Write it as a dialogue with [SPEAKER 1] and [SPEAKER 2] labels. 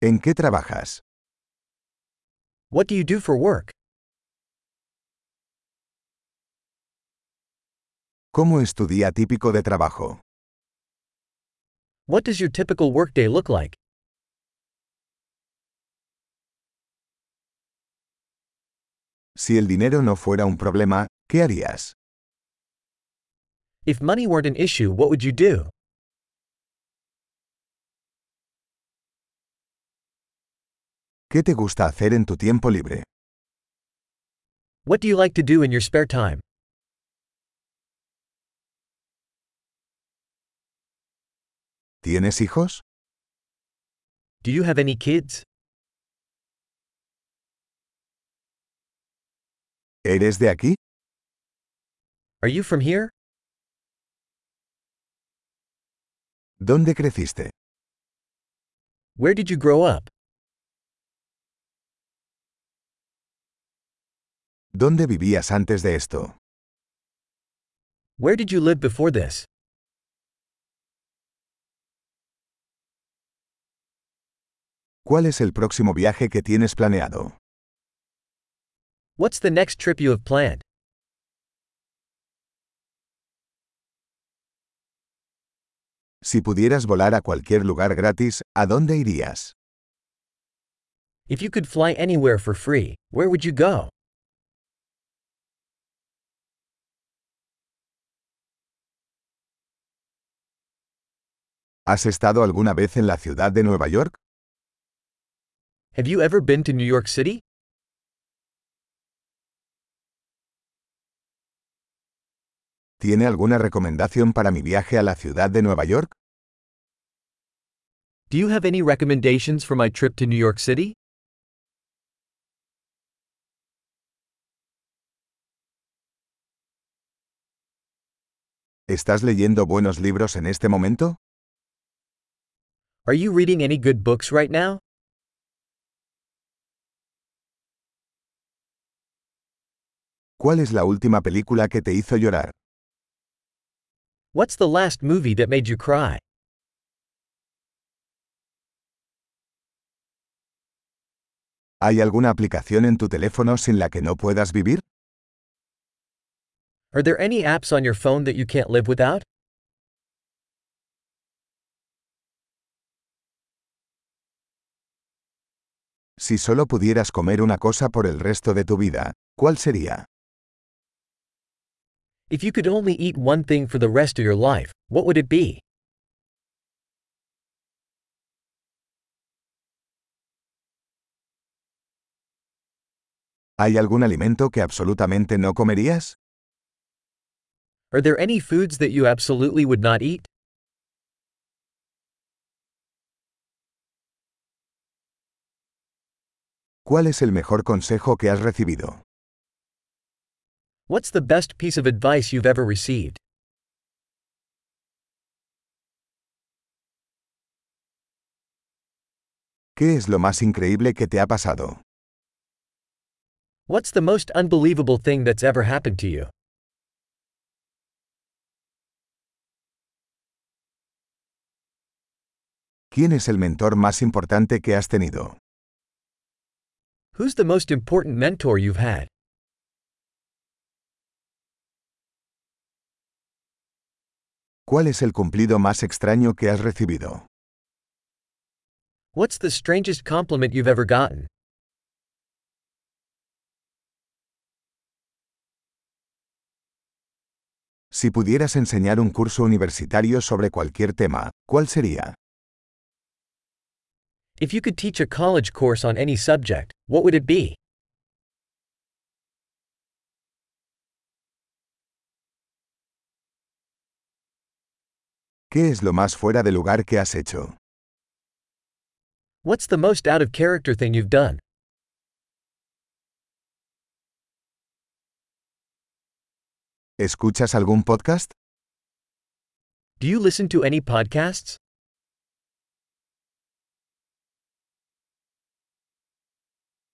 [SPEAKER 1] ¿En qué trabajas?
[SPEAKER 2] What do you do for work?
[SPEAKER 1] ¿Cómo es tu día típico de trabajo?
[SPEAKER 2] What does your typical workday look like?
[SPEAKER 1] Si el dinero no fuera un problema, ¿qué harías?
[SPEAKER 2] If money weren't an issue, what would you do?
[SPEAKER 1] ¿Qué te gusta hacer en tu tiempo libre?
[SPEAKER 2] What do you like to do in your spare time?
[SPEAKER 1] ¿Tienes hijos?
[SPEAKER 2] Do you have any kids?
[SPEAKER 1] ¿Eres de aquí?
[SPEAKER 2] Are you from here?
[SPEAKER 1] ¿Dónde creciste?
[SPEAKER 2] Where did you grow up?
[SPEAKER 1] ¿Dónde vivías antes de esto?
[SPEAKER 2] Where did you live before this?
[SPEAKER 1] ¿Cuál es el próximo viaje que tienes planeado?
[SPEAKER 2] What's the next trip you have planned?
[SPEAKER 1] Si pudieras volar a cualquier lugar gratis, ¿a dónde irías?
[SPEAKER 2] If you could fly anywhere for free, where would you go?
[SPEAKER 1] ¿Has estado alguna vez en la ciudad de Nueva York?
[SPEAKER 2] Have you ever been to New York City?
[SPEAKER 1] ¿Tiene alguna recomendación para mi viaje a la ciudad de Nueva York?
[SPEAKER 2] Do you have any recommendations for my trip to New York City?
[SPEAKER 1] ¿Estás leyendo buenos libros en este momento?
[SPEAKER 2] Are you reading any good books right now?
[SPEAKER 1] ¿Cuál es la última película que te hizo llorar?
[SPEAKER 2] What's the last movie that made you cry?
[SPEAKER 1] ¿Hay alguna aplicación en tu teléfono sin la que no puedas vivir?
[SPEAKER 2] Are there any apps on your phone that you can't live without?
[SPEAKER 1] Si solo pudieras comer una cosa por el resto de tu vida, ¿cuál sería?
[SPEAKER 2] If you could only eat one thing for the rest of your life, what would it be?
[SPEAKER 1] ¿Hay algún alimento que absolutamente no comerías?
[SPEAKER 2] Are there any foods that you absolutely would not eat?
[SPEAKER 1] ¿Cuál es el mejor consejo que has recibido?
[SPEAKER 2] What's the best piece of advice you've ever received?
[SPEAKER 1] ¿Qué es lo más increíble que te ha pasado?
[SPEAKER 2] What's the most unbelievable thing that's ever happened to you?
[SPEAKER 1] ¿Quién es el mentor más importante que has tenido?
[SPEAKER 2] Who's the most important mentor you've had?
[SPEAKER 1] ¿Cuál es el cumplido más extraño que has recibido?
[SPEAKER 2] What's the strangest compliment you've ever gotten?
[SPEAKER 1] Si pudieras enseñar un curso universitario sobre cualquier tema, ¿cuál sería?
[SPEAKER 2] If you could teach a college course on any subject, what would it be?
[SPEAKER 1] ¿Qué es lo más fuera de lugar que has hecho?
[SPEAKER 2] What's the most out of character thing you've done?
[SPEAKER 1] ¿Escuchas algún podcast?
[SPEAKER 2] Do you listen to any podcasts?